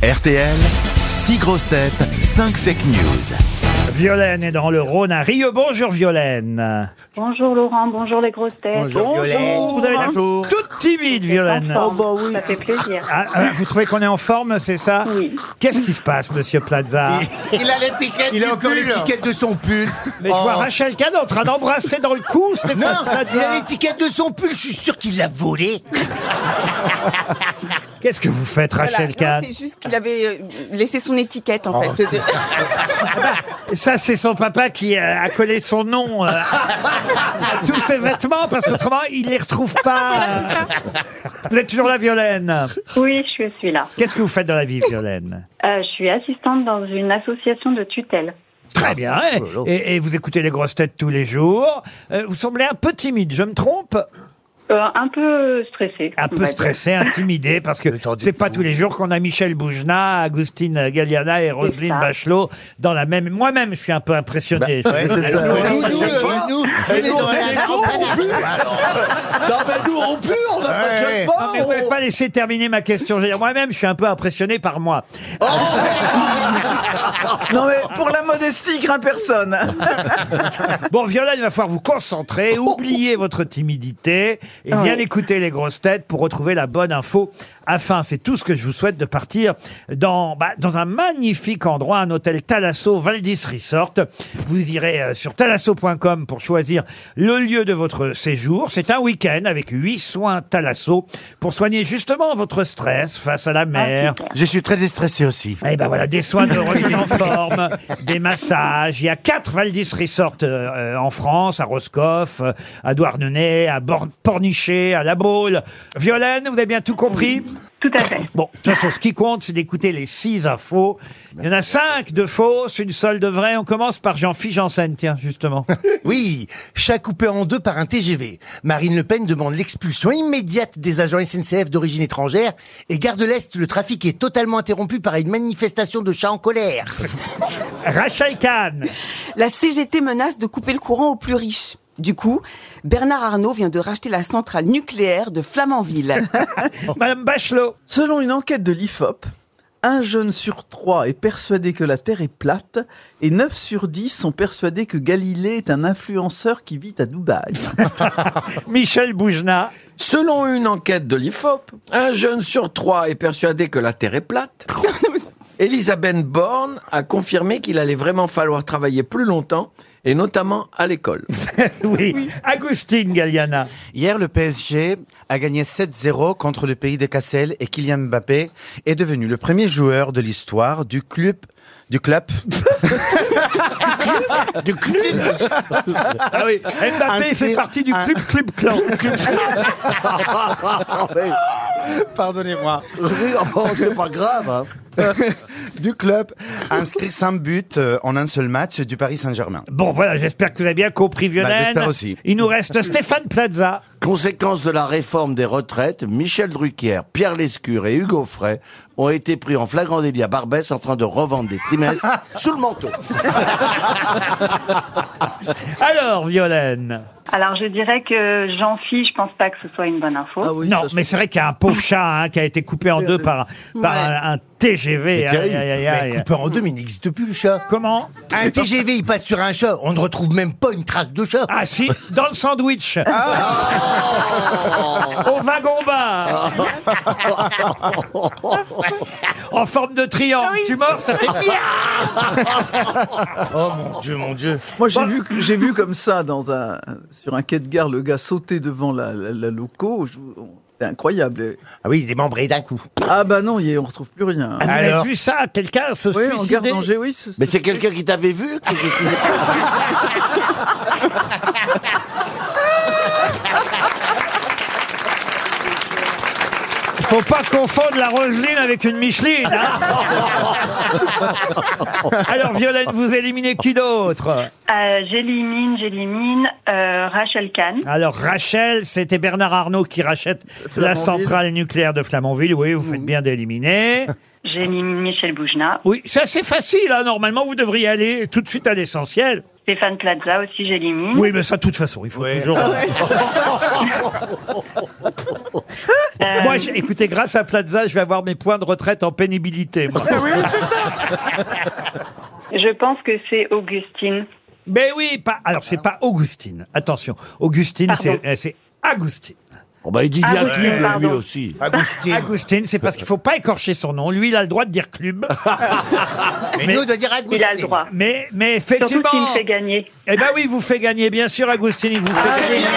RTL, 6 grosses têtes, 5 fake news. Violaine est dans le Rhône à Rieux. Bonjour Violaine. Bonjour Laurent, bonjour Oh, les grosses têtes. Vous avez l'air toute timide Violaine. En forme, Oh, bah Ça fait plaisir. Ben. Ah, ah, vous trouvez qu'on est en forme, c'est ça Oui. Qu'est-ce qui se passe, monsieur Plaza Il a l'étiquette Il a du encore pull. l'étiquette de son pull. Mais je vois Rachel Kahn en train d'embrasser dans le cou Stéphane Non, il a Plaza. l'étiquette de son pull, je suis sûr qu'il l'a volé. Qu'est-ce que vous faites, Voilà. Rachel Non, Kahn C'est juste qu'il avait euh, laissé son étiquette en fait. De- Ça, c'est son papa qui euh, a collé son nom euh, à tous ses vêtements, parce qu'autrement, il les retrouve pas. Vous êtes toujours là, Violaine. Oui, je suis là. Qu'est-ce que vous faites dans la vie, Violaine Euh, je suis assistante dans une association de tutelle. Très bien. Et- Et, et vous écoutez les grosses têtes tous les jours. Euh, vous semblez un peu timide, je me trompe Euh, un peu stressée. Un on peu va dire. stressé, intimidé, parce que c'est pas tous les jours qu'on a Michel Boujna, Agustine Galliana et Roselyne ça. Bachelot dans la même. Moi-même, je suis un peu impressionné. Nous, nous, nous, euh, nous, elle est dans la campagne. On a pas Ouais. de jackpot. Non, mais vous m'avez pas laissé terminer ma question. Je veux dire, Moi-même, je suis un peu impressionné par moi. Non mais pour la modestie, craint personne. Bon, Viola, il va falloir vous concentrer, oublier votre timidité et bien Ouais. écouter les grosses têtes pour retrouver la bonne info. Afin, c'est tout ce que je vous souhaite de partir dans, bah, dans un magnifique endroit, un hôtel Thalasso Valdis Resort. Vous irez euh, sur thalasso.com pour choisir le lieu de votre séjour. C'est un week-end avec huit soins Thalasso pour soigner justement votre stress face à la mer, Je suis très stressé aussi. eh ben voilà, des soins de remise en forme, des massages. Il y a quatre Valdis Resorts euh, euh, en France, à Roscoff, euh, à Douarnenez, à Bor- Pornichet, à La Baule. Violaine, vous avez bien tout compris Tout à fait. Bon, de toute façon, ce qui compte, c'est d'écouter les six infos. Il y en a cinq de fausses, une seule de vraie. On commence par Jean-Philippe Janssen, tiens, justement. Oui, chat coupé en deux par un TGV. Marine Le Pen demande l'expulsion immédiate des agents SNCF d'origine étrangère. Et garde l'Est, le trafic est totalement interrompu par une manifestation de chats en colère. Rachel Kahn, La CGT menace de couper le courant aux plus riches. Du coup, Bernard Arnault vient de racheter la centrale nucléaire de Flamanville. Madame Bachelot, Selon une enquête de l'IFOP, un jeune sur trois est persuadé que la Terre est plate et 9 sur 10 sont persuadés que Galilée est un influenceur qui vit à Dubaï. Michel Boujna, Selon une enquête de l'IFOP, un jeune sur trois est persuadé que la Terre est plate. Elisabeth Borne a confirmé qu'il allait vraiment falloir travailler plus longtemps, et notamment à l'école. oui, Agustine Galliana, Hier, le PSG a gagné 7-0 contre le pays de Cassel et Kylian Mbappé est devenu le premier joueur de l'histoire du club du club Du club Ah oui, Mbappé Un fait petit- partie du un- Club Club Clan. pardonnez-moi Oui, oh, c'est pas grave. du club inscrit 5 buts euh, en un seul match du Paris Saint-Germain. Bon, voilà, j'espère que vous avez bien compris, Violaine. j'espère aussi. Il nous reste Stéphane Plaza. Conséquence de la réforme des retraites, Michel Drucker, Pierre Lescure et Hugo Frey ont été pris en flagrant délit à Barbès en train de revendre des trimestres sous le manteau. Alors, Violaine. Alors je dirais que j'en fiche, je pense pas que ce soit une bonne info. Ah oui, non, ça, mais c'est vrai qu'il y a un pauvre chat hein, qui a été coupé en deux par, un- par Ouais. un, un TGV. Aïe, aïe, aïe, aïe. coupé en deux, mais il n'existe plus le chat. Comment Un TGV, il passe sur un chat. On ne retrouve même pas une trace de chat. Ah si, dans le sandwich. Au wagon bar. en forme de triangle. Tu mords, ça fait Oh mon dieu, mon dieu. Moi, j'ai vu, que- j'ai vu comme ça dans un, sur un quai de gare le gars sauter devant la, la, la loco. Je- C'est incroyable. Et- Ah oui, il est membré d'un coup. Ah bah non, il y a- on retrouve plus rien. Ah, Vous avez Alors vu ça Quelqu'un se oui, en suicider gare d'Angers, oui. Mais c'est quelqu'un qui t'avait vu que je suis- Faut pas confondre la Roselyne avec une Micheline. hein. Alors Violaine, vous éliminez qui d'autre Euh, j'élimine, j'élimine euh, Rachel Kahn. Alors Rachel, c'était Bernard Arnault qui rachète la Flamanville. centrale nucléaire de Flamanville. Oui, vous faites bien d'éliminer. J'élimine Michel Boujna. Oui, c'est assez facile. hein. Normalement, vous devriez aller tout de suite à l'essentiel. Stéphane Plaza aussi, j'élimine. Oui, Ah mais ça, de toute façon, il faut toujours. hein. Moi, j'ai- écoutez, grâce à Plaza, je vais avoir mes points de retraite en pénibilité. Moi. Je pense que c'est Augustine. mais oui, pas. Alors, c'est pas Augustine. Attention, Augustine, c'est euh, c'est Agustine. Oh, bah, il dit bien Ah oui, club, lui pardon. aussi. Agustin. Agustine, c'est parce qu'il faut pas écorcher son nom. Lui, il a le droit de dire club. Mais nous, de dire Agustin. Il a le droit. Mais, mais Surtout effectivement. qu'il me fait gagner. Eh ben oui, il vous fait gagner, bien sûr, Agustine, il vous fait Ah, gagner. génial.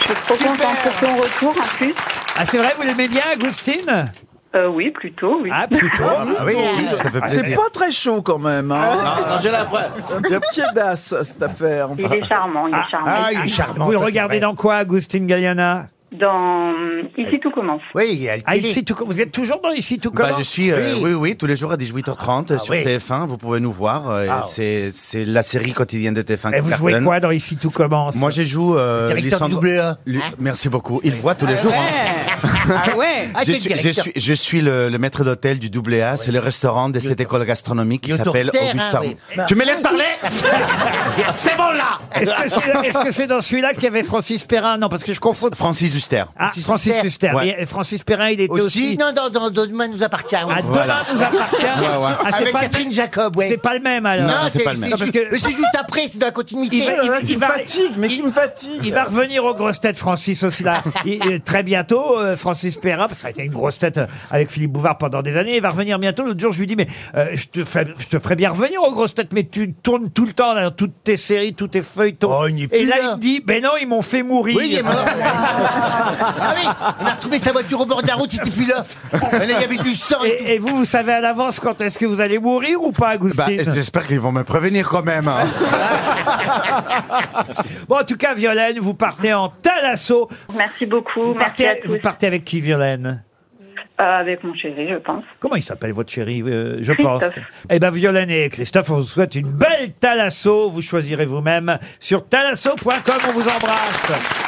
Je suis trop contente pour ton retour en plus. Ah, c'est vrai, vous l'aimez bien, Agustine Euh, oui, plutôt, oui. Ah, plutôt. Ah oui, ça fait C'est plaisir. pas très chaud quand même. Hein. Ah, j'ai l'impression. Un peu tiédasse, cette affaire. Il est charmant, il est charmant. Ah, il est charmant. Vous le ça, c'est regardez vrai. dans quoi, Agustine Galliana Dans Ici, tout commence. Oui, il y a le Ah, télé. ici tout com- Vous êtes toujours dans ici tout Bah, comment je suis, euh, Oui. oui. oui, tous les jours à 18h30 Ah, sur oui. TF1. Vous pouvez nous voir. euh, et Ah. c'est, c'est la série quotidienne de TF1. Et qui Eh, vous jouez cartonne. quoi dans ici tout commence Moi, je joue euh, Directeur du hein. Lisandro- WA. Lu- Merci beaucoup. Il voit tous les jours. hein. Ah ouais Ah, Je t'es suis, je directeur. suis- je suis le, le maître d'hôtel du double A, c'est le restaurant de cette école gastronomique qui Yotor- s'appelle Terre, hein, Augustin. oui. Tu me laisses parler C'est bon là Est-ce que c'est est-ce que c'est dans celui-là qu'il y avait Francis Perrin Non, parce que je confonds. Francis Huster. Ah, Francis Francis Huster. Huster. Ouais. Et Francis Perrin, il était aussi. Aussi, non, non, non, demain nous appartient. oui. Ah, demain Voilà. nous appartient. Ah, c'est Avec pas, le- Catherine Jacob, ouais. c'est pas le même alors. Non, c'est pas le même. c'est Parce ju- que- Mais c'est juste après, c'est dans la continuité. Il va- Ah, qui il me va- fatigue, mais qui me Il fatigue. va revenir aux grosses têtes, Francis aussi là. Il- il- très bientôt, euh, Francis Perrin, parce que ça a été une grosse tête euh, avec Philippe Bouvard pendant des années. Il va revenir bientôt. L'autre jour, je lui dis mais euh, je te fais- je te ferai bien revenir aux grosses têtes, mais tu tournes tout le temps là, dans toutes tes séries, tous tes feuilletons. Oh, il n'y est Et plus, là, là. il me dit ben non, ils m'ont fait mourir. Oui, il est mort. ah oui, on a retrouvé sa voiture au bord de la route, il était plus là. Il y avait du sang. et tout. et, et vous, vous savez à l'avance quand est-ce que vous allez mourir ou pas, Bah, Agustine J'espère qu'ils vont me prévenir quand même. hein. Bon, en tout cas, Violaine, vous partez en talasso. Merci beaucoup. Vous Merci partez, à tous. vous partez avec qui, Violaine Euh, avec mon chéri, je pense. Comment il s'appelle votre chéri, euh, je pense Christophe. Eh ben, Violaine et Christophe, on vous souhaite une belle Thalasso. Vous choisirez vous-même sur thalasso.com. On vous embrasse.